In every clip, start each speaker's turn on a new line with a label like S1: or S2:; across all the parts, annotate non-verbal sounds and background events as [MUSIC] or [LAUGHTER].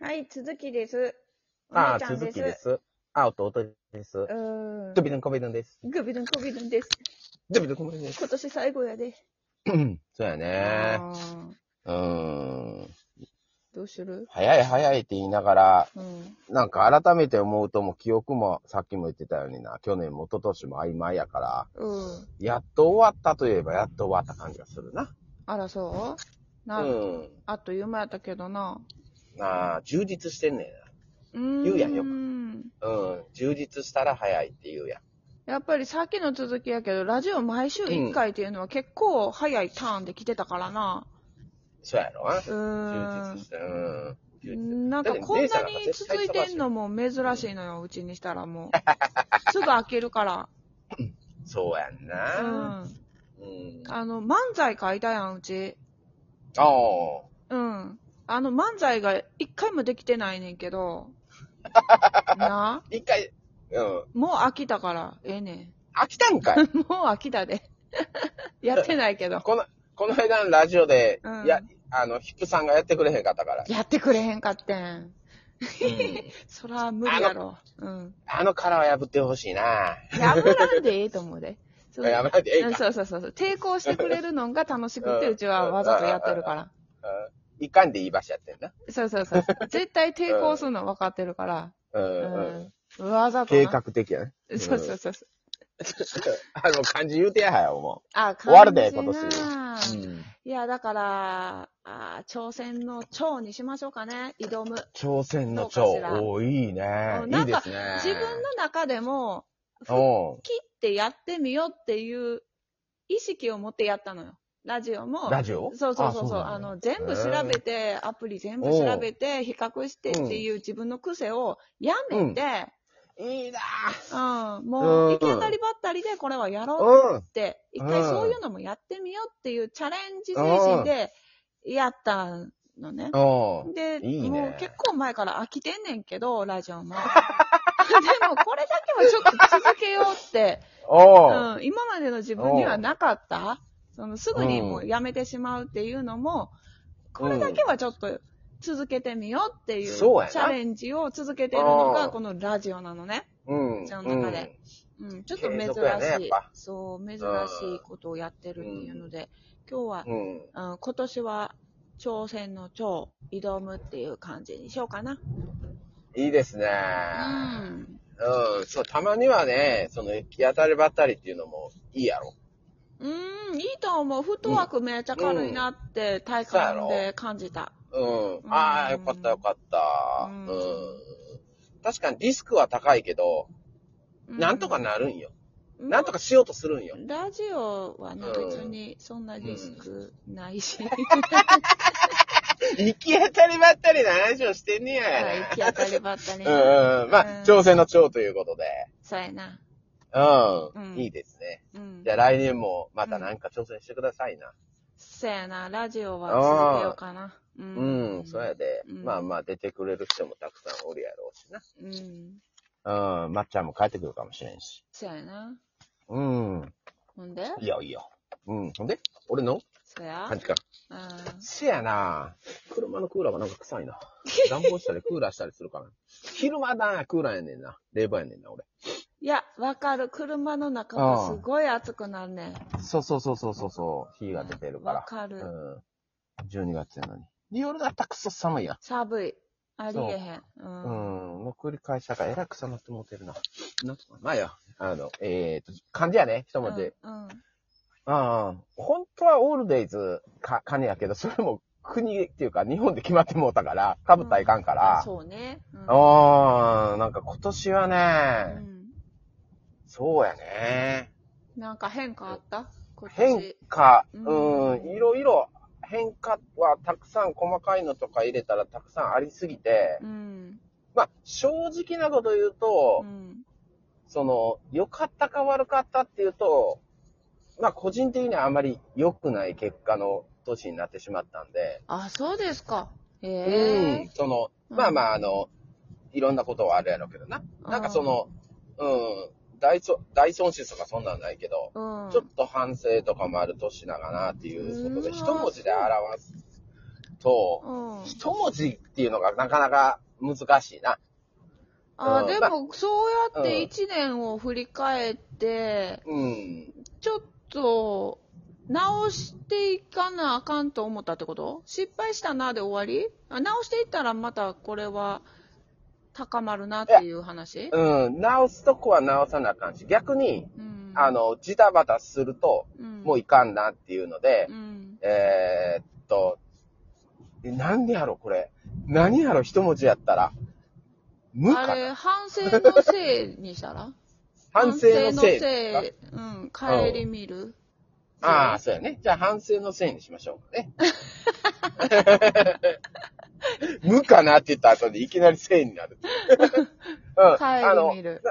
S1: はい、続きです。
S2: あ
S1: お
S2: あ、
S1: 姉ちゃん
S2: 続
S1: で
S2: きです。あ、弟です
S1: う。ーん。
S2: ドビドンコビドンです。
S1: グビドゥンコビドゥンです。
S2: ドビドンコビドンです。
S1: 今年最後やで。
S2: そうやね。
S1: あー
S2: うーん。
S1: どうする
S2: 早い早いって言いながら、
S1: うん。
S2: なんか改めて思うともう記憶もさっきも言ってたようにな、去年も一昨年も曖昧やから、
S1: うん。
S2: やっと終わったといえばやっと終わった感じがするな。
S1: あら、そうな、
S2: うん。
S1: あっという間やったけどな。
S2: ああ、充実してんねん
S1: うーん。
S2: 言うやんよな。うん。充実したら早いって言うやん。
S1: やっぱりさっきの続きやけど、ラジオ毎週1回っていうのは結構早いターンで来てたからな。
S2: そうやろな
S1: うー
S2: 充実
S1: ん
S2: して、うん。充実
S1: なんかこんなに続いてんのも珍しいのよ、うちにしたらも
S2: [LAUGHS]
S1: う。すぐ飽きるから。
S2: そうやん
S1: う
S2: な。
S1: ん。
S2: うん。あ
S1: あの、漫才書いたやん、うち。
S2: あ。
S1: うん。あの、漫才が一回もできてないねんけど。な
S2: 一回、うん。
S1: もう飽きたから、ええね
S2: 飽きたんか
S1: [LAUGHS]
S2: い
S1: ん。もう飽きたで。やってないけど。
S2: この、この間のラジオで、
S1: うん
S2: や、あの、ヒップさんがやってくれへんかったから。
S1: やってくれへんかってん。
S2: うん
S1: そら無理やろ。うん。
S2: あの殻は破ってほしいな。
S1: やぶらんでええと思うで。そう
S2: やめないでええ
S1: うん
S2: か。
S1: そうそうそうそう。抵抗してくれるのが楽しくって、
S2: うん
S1: うちはわざとやってるから。
S2: うんいかんでいい場所やってんな。
S1: そうそう
S2: [LAUGHS]
S1: そう。絶対抵抗するの分かってるから。
S2: う。
S1: うん
S2: うん
S1: ん。わざとな。
S2: 計画的やね。。
S1: そうそううんそうそう。
S2: あの、漢字言うてやはよ、も
S1: あ、
S2: 終わるで
S1: 感じな
S2: う。うん。
S1: いや、だから、あー挑戦の挑にしましょうかね。挑む。
S2: 挑戦
S1: ど
S2: の
S1: う
S2: 挑
S1: かしら。
S2: おーいいね
S1: う。ん
S2: いいで
S1: なん
S2: すね。
S1: 自分の中でも、
S2: の、
S1: 切ってやってみようっていう意識を持ってやったのよ。ラジオ
S2: うん。
S1: も。
S2: ラジオ
S1: そうそうそうそう。あ
S2: なんや
S1: の、全部調べて、アプリ全部調べて、比較してっていう自分の癖をやめて、
S2: いいな
S1: うん、もう、
S2: うん
S1: 行き当たりばったりでこれはやろう
S2: うん。
S1: って、一
S2: うん
S1: 回そういうのもやってみようっていうチャレンジ精神でやったのね。
S2: うん。
S1: で、
S2: いいね
S1: もう結構前から飽きてんねんけど、ラジオも。で [LAUGHS] もこれだけはちょっと続けようって、う
S2: おー。
S1: ん、今までの自分にはなかった、そのすぐにもうやめてしまうっていうのも、これだけはちょっと続けてみようっていうチ
S2: そうやな
S1: ャレンジを続けてるの
S2: う
S1: が
S2: ん
S1: このラジオなのね。
S2: うん。
S1: 口の中でうん、ちょっと珍
S2: 継
S1: し
S2: 続やねやっ
S1: い、
S2: ぱ
S1: そう、珍しいことをやってるっていうので、今日
S2: うん。うん。
S1: は、うん、今年は挑戦の挑、挑むっていう感じにしようかな。
S2: いいですね。
S1: うん。
S2: うん。そう、たまにはね、その、行き当たりばったりっていうのもいいやろ。
S1: うん、いいと思う。フットワークめっちゃ軽いなって体感で感じた。
S2: うん。
S1: うん
S2: ああ、よかったよかった。
S1: う
S2: うんん。確かにリスクは高いけど、
S1: う
S2: なんとかなるんよ。
S1: う
S2: なんとかしようとするんよ。
S1: ラジオはね、
S2: うん
S1: 別にそんなリスクない
S2: [LAUGHS]
S1: し、
S2: 行き当たりばったりな話をしてんねや。
S1: 行き当たりばったり
S2: う。んうん。ま
S1: うん
S2: あ、挑戦の長ということで。
S1: そうやな。
S2: う
S1: うん
S2: ん。いいですね。
S1: うん
S2: じ。ゃあ来年もまたなんか挑戦してくださいな。
S1: そうやな。ラジオは続けようかな。う
S2: うん、そうやで。
S1: うん
S2: まあまあ出てくれる人もたくさんおるやろうしな。
S1: うん。
S2: うん、まっちゃんも帰ってくるかもしれんし。
S1: そうやな。
S2: うん。
S1: ほんで
S2: いいよいいよ。うん。ほんで俺の
S1: そうや
S2: 感。じか。
S1: うん。
S2: せやな車のクーラーがなんか臭い [LAUGHS] な。暖房したりクーラーしたりするかな。昼間だな、クーラーやねんな。冷房やねんな、俺。
S1: いや、わかる。車の中はすごい暑くなるね。
S2: そうそうそうそうそうそう。火が出てるから。
S1: わかる
S2: うん。12月やのに。で夜だったらくそ寒いや。
S1: 寒い。ありえへん。う
S2: うん。
S1: ん。
S2: もう繰り返しだから、えらく寒ってもうてるな。なんとか。まあいいや、あの、えーと、漢字やね、一
S1: う
S2: 文字。
S1: ん。うん
S2: ああ、本当はオールデイズか、金やけど、それも国っていうか日本で決まってもうたから、かぶったらいかんから。
S1: そうね。うん
S2: ああ、なんか今年は
S1: う
S2: ね、
S1: ん。
S2: そうやね。
S1: なんか変化あった今
S2: 変
S1: 年。
S2: 化、
S1: う
S2: うんん、いろいろ変化はたくさん細かいのとか入れたらたくさんありすぎて、
S1: うん。
S2: まあ正直なこと言うと
S1: う、ん。
S2: その、良かったか悪かったっていうと、まあ個人的にはあまり良くない結果の年になってしまったんで、
S1: あ、そうですか。へ
S2: う
S1: え
S2: ん。。その、
S1: うん
S2: まあまあ、あの、いろんなことはあるやろうけどな。なんかその、うん、大そ大損失とかそんなんないけど、
S1: うん。
S2: ちょっと反省とかもある年なのかなっていうことで、
S1: うん
S2: 一文字で表すと、
S1: うん。
S2: 一文字っていうのがなかなか難しいな。
S1: あ
S2: う
S1: ー、
S2: ん
S1: で
S2: ま
S1: も、そうやっ
S2: うん
S1: て一年を振り返って、
S2: うん。
S1: ちょっと、直していかなあかんと思ったってこと失敗したなで終わりあ直していったらまたこれは高まるなっていう話
S2: うん。直すとこは直さなあかんし、逆に、
S1: うん。
S2: あ、の、ジタバタすると、
S1: うん、
S2: もういかんなっていうので
S1: う、ん。
S2: えーっと、えなんでやろ、これ。何やろ、一文字やったら。無
S1: あ
S2: か
S1: れ、
S2: な
S1: 反省のせいにしたら
S2: 反省のせい
S1: 反省のせいうん。帰り見る。
S2: ああ、そうやね。じゃあ反省のせいにしましょ
S1: [LAUGHS]
S2: うかね。無かなって言った後でいきなりせいに
S1: [LAUGHS]
S2: なる。うん。あ
S1: 帰
S2: の
S1: り見、る。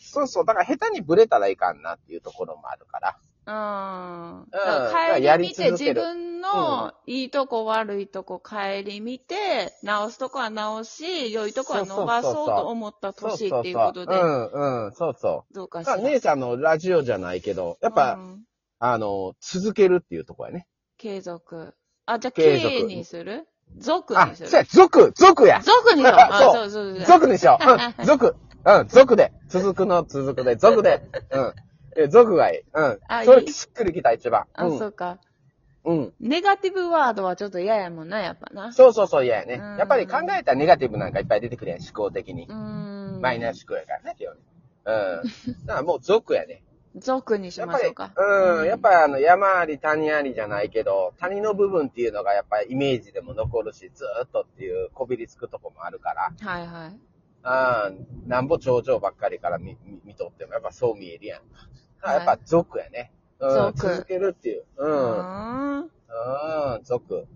S2: そうそう。だから下手にブレたらいかんなっていうところもあるから。
S1: うん。
S2: うん
S1: 帰り見て
S2: やり続け
S1: 自
S2: る
S1: 分のいいとこ悪いとこ帰り見て、直すとこは直し、良いとこは伸ばそうと思った
S2: そう
S1: 年
S2: そ
S1: っ
S2: う
S1: ていう
S2: そ
S1: こ
S2: う。
S1: とで、
S2: うんうん。そうそ
S1: どうか
S2: う。
S1: しら。
S2: まあ姉さんのラジオじゃないけど、やっぱ、
S1: うん
S2: あの、続けるっていうところやね。
S1: 継続。あ、じゃあ、
S2: 継続
S1: K にする族
S2: あ
S1: に、す
S2: そう
S1: る
S2: や、族、族や。
S1: 族にする。あ、
S2: [LAUGHS] そう
S1: そうそうそう。
S2: 族にしよ
S1: [LAUGHS]
S2: う。うん、族。うん、族で。続くの続くで、族で。うん。え、族がいい。うん
S1: あ。
S2: そ
S1: い
S2: れ
S1: い
S2: しっくりきた、一番。
S1: あ、
S2: うん
S1: そうか。
S2: うん。
S1: ネガティブワードはちょっと嫌やもんな、やっぱな。
S2: そうそうそう、嫌やね
S1: うん。
S2: やっぱり考えたらネガティブなんかいっぱい出てくるやん、思考的に
S1: う。ーん。
S2: マイナス思考やからね、基本うん。だからもう族やね。
S1: 族にし
S2: やっ
S1: ま
S2: ぱ
S1: し
S2: り、
S1: ょうか。
S2: うん、やっぱりあの、山あり谷ありじゃないけど、谷の部分っていうのがやっぱりイメージでも残るし、ずーっとっていうこびりつくとこもあるから。
S1: はいはい。
S2: ああ、なんぼ頂上ばっかりから見、見見とっても、やっぱそう見えるやん。あやっ
S1: は
S2: ぱ族やね。うん、
S1: 族
S2: 続けるっていう。う。
S1: うん
S2: うん、
S1: ーん。
S2: 族。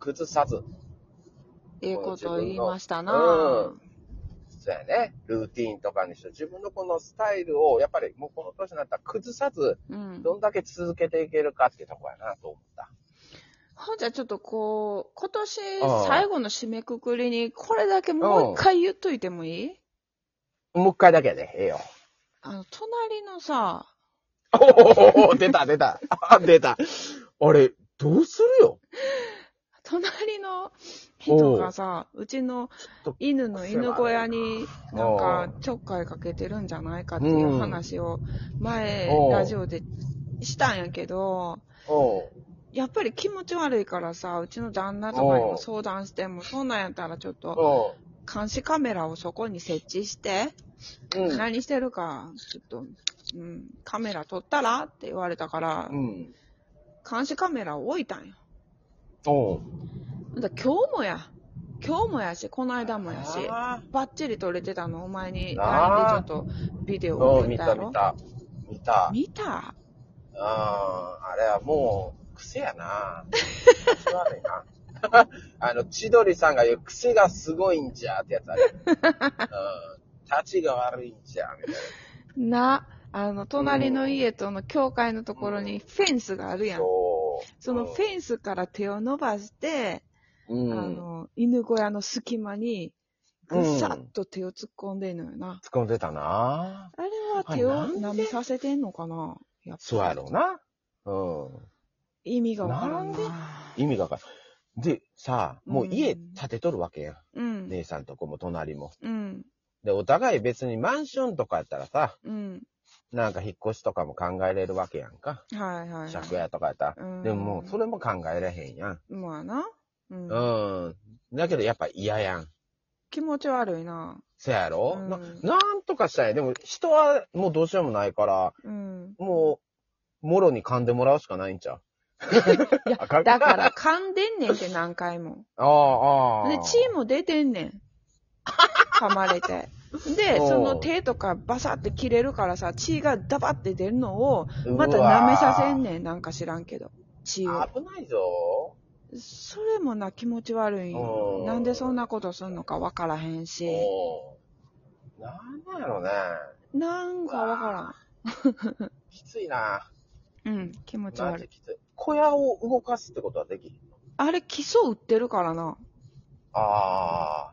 S2: 崩さず。
S1: ええことを言いましたな
S2: う
S1: ぁ
S2: んそうやね。ルーティーンとかにして、自分のこのスタイルを、やっぱりもうこの年になったら崩さず、
S1: うん。
S2: どんだけ続けていけるかっていうとこやなと思った。
S1: ほんじゃちょっとこう、今年
S2: ああ
S1: 最後の締めくくりに、これだけもう一回言っといてもいい
S2: もう一回だけやで、ええよ。
S1: あの、隣のさ、
S2: おおおお出た出た。 [LAUGHS] あ、出た。あれ、どうするよ
S1: 隣の人がさ、うちの
S2: ちょっと
S1: 犬の犬小屋になんかちょっかいかけてるんじゃないかっていう話を前
S2: おう
S1: ラジオでしたんやけど、
S2: おう
S1: やっぱり気持ち悪いからさ、うちの旦那とかにも相談しても、そんなんやったらちょっと
S2: おう
S1: 監視カメラをそこに設置して、
S2: うん。
S1: 何してるか、ちょっと、うん、カメラ撮ったらって言われたから、
S2: うん。
S1: 監視カメラを置いたんよ。
S2: おう
S1: だから今日もや。今日もやし、この間もやし、
S2: あ
S1: バッチリ撮れてたのお前に LINE
S2: あ
S1: でちょっとビデ
S2: ー
S1: オ
S2: お
S1: を
S2: う
S1: 送っ
S2: 見
S1: たや
S2: た
S1: ろ
S2: 見た。見た。
S1: 見た
S2: ああ、あれはもう、癖やな。癖悪いな。 [LAUGHS] あの、千鳥さんが言う癖がすごいんじゃってやつある。うん。立ちが悪いんじゃみたい
S1: な、あの、隣の家との境界のところにフェンスがある
S2: な。
S1: やん。
S2: そう。
S1: そのフェンスから手を伸ばして、
S2: うん。
S1: あ
S2: 突っ
S1: の、犬小屋の隙間に、ぐさっと手を突っ込んでんのよな。
S2: 込んでたな。
S1: あれは手を
S2: あれなん
S1: 舐
S2: で
S1: めさせてんのかなやっぱ
S2: そうやろうな。うん。
S1: 意味がわからんな。
S2: 意味がわかる。で、さあ、もう家
S1: うん
S2: 建てとるわけやん。
S1: うん。
S2: 姉さんとこも隣も。
S1: うん。
S2: で、お互い別にマンションとかやったらさ、
S1: うん。
S2: なんか引っ越しとかも考えれるわけやんか。
S1: はいはい、
S2: 借
S1: は
S2: 家とかやった
S1: う
S2: ら。
S1: ん
S2: でももうそれも考えれへんやん。
S1: い。まあな。うん。
S2: うん。だけどやっぱ嫌やん。
S1: 気持ち悪いな。
S2: そやろ、
S1: うん
S2: ななんとかしたい。でも人はもうどうしようもないから、 [LAUGHS]
S1: うん。
S2: もう、もろに噛んでもらうしかないんちゃう
S1: いや
S2: あかん
S1: だから噛んでんねんって何回も。
S2: [LAUGHS] ああ、ああ。
S1: で、血も出てんね
S2: [LAUGHS]
S1: ん。噛まれて。で、
S2: おう
S1: その手とかバサって切れるからさ、血がダバって出るのを、
S2: うわ
S1: また舐めさせんねん。なんか知らんけど。血を。
S2: 危ないぞ。
S1: それもな、気持ち悪いんよ
S2: お。ー
S1: なんでそんなことすんのかわからへんし。
S2: もう、なんなんやろね。
S1: なんかわか
S2: きついな。
S1: らん。うん、気持ち
S2: マ
S1: 悪
S2: ジ
S1: い。
S2: きつい。小屋を動かすってことはできひんの
S1: あれ、基礎売ってるからな。
S2: ああ。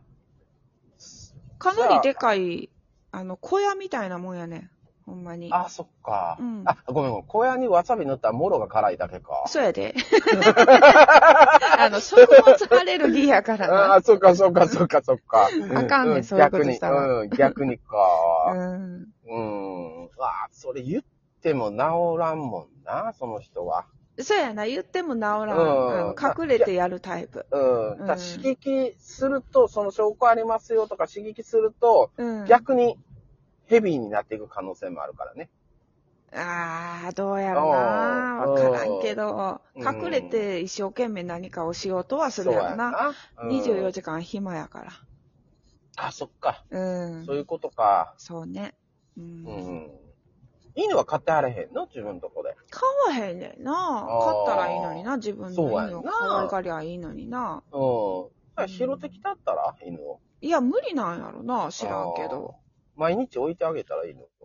S1: かなりでかい、あの、小屋みたいなもんやね。ほんまに。
S2: あ、そっか。
S1: うん
S2: あ、ごめんごめん。小屋にわさび塗ったらもろが辛いだけか。
S1: そうや
S2: [LAUGHS]
S1: で。 [LAUGHS] あの、食物アレルギーやから
S2: あ
S1: な。
S2: あ、そっかそっかそっかそっ
S1: [LAUGHS]
S2: か。
S1: あかんね
S2: う
S1: そういうこと
S2: 逆に
S1: したら
S2: うん、逆にか。
S1: うん。
S2: うん。わあ、それ言っても治らんもんな、その人は。
S1: そうやな、言っても治らん。
S2: うん
S1: うん隠れてやるタイプ。
S2: うん。だから
S1: うん
S2: 刺激すると、その証拠ありますよとか刺激すると、
S1: うん。
S2: 逆にヘビーになっていく可能性もあるからね。
S1: ああ、どうやろうな。
S2: うん
S1: わからんけど、
S2: うん
S1: 隠れて一生懸命何かをしようとはするやろな。
S2: そうやな。
S1: 24
S2: 時。
S1: 時間暇やか
S2: あ、そっか。
S1: ら。うん
S2: そ。ういうことか。
S1: そうね。うん
S2: う。ん。犬は飼ってはれへんの自分とこで。
S1: 買わへんねんな。買
S2: あー
S1: ったらいいのにな、自分の
S2: そうやん
S1: 犬
S2: な
S1: を可愛がりゃいいのにな。
S2: うん。だから拾ってきたったら、犬を。
S1: いや、無理なんやろな、知らんけど。
S2: あー。毎日置いてあげたらいいの [LAUGHS]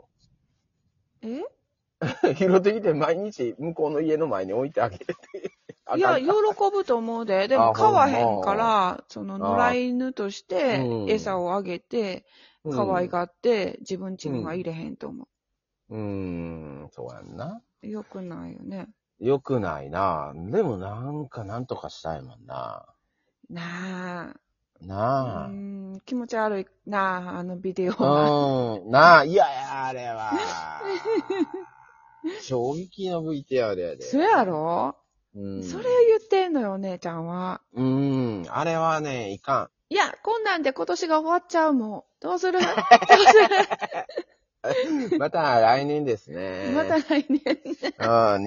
S1: え
S2: 拾ってきて毎日向こうの家の前に置いてあげて。あかん
S1: いや、喜ぶと思うで。でも、
S2: あ
S1: 飼
S2: ほんま
S1: わへんから、その、野良犬とし
S2: あ
S1: て
S2: う、ん
S1: 餌をあげて、可愛。がって、自分家には入れへんと思
S2: うん、うんそうやんな。
S1: う。よくないよね。
S2: よくないな。でもなんかなんとかしたいもんな。
S1: なあ。
S2: なあ。
S1: う
S2: う
S1: ーん、気持ち悪いなあ、あのビデオは。
S2: ん。なあ、いやや、あれ
S1: [LAUGHS]
S2: は。衝撃の VTR やで。
S1: そやろ
S2: うん。
S1: それを言ってんのよ、お姉ちゃんは。
S2: うん。あれはね、いかん。
S1: いや、こんなんで今年が終わっちゃうもん。どうする
S2: [LAUGHS]
S1: どう
S2: また来年です
S1: す
S2: ね。
S1: るまた来年。
S2: うん、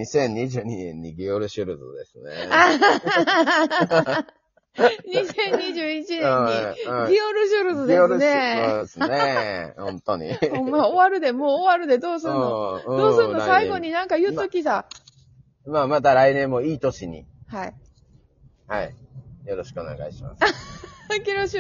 S2: 2022年にギオルシュルズですね。
S1: [LAUGHS] 2021年
S2: [LAUGHS] うんうん
S1: に、ディオル・ジュルズ
S2: ギ
S1: で
S2: オ
S1: す
S2: ル
S1: ね。
S2: シュルズですね。本当に。
S1: お前終わるで、もう終わるで、どうすんの
S2: う
S1: ど
S2: ん
S1: うすん
S2: うん
S1: の
S2: 来年
S1: 最後になんか言っときさ。
S2: まあ、また来年もいい年に。
S1: はい。
S2: はい。よろしくお願いしま
S1: [LAUGHS]
S2: す。
S1: キロシ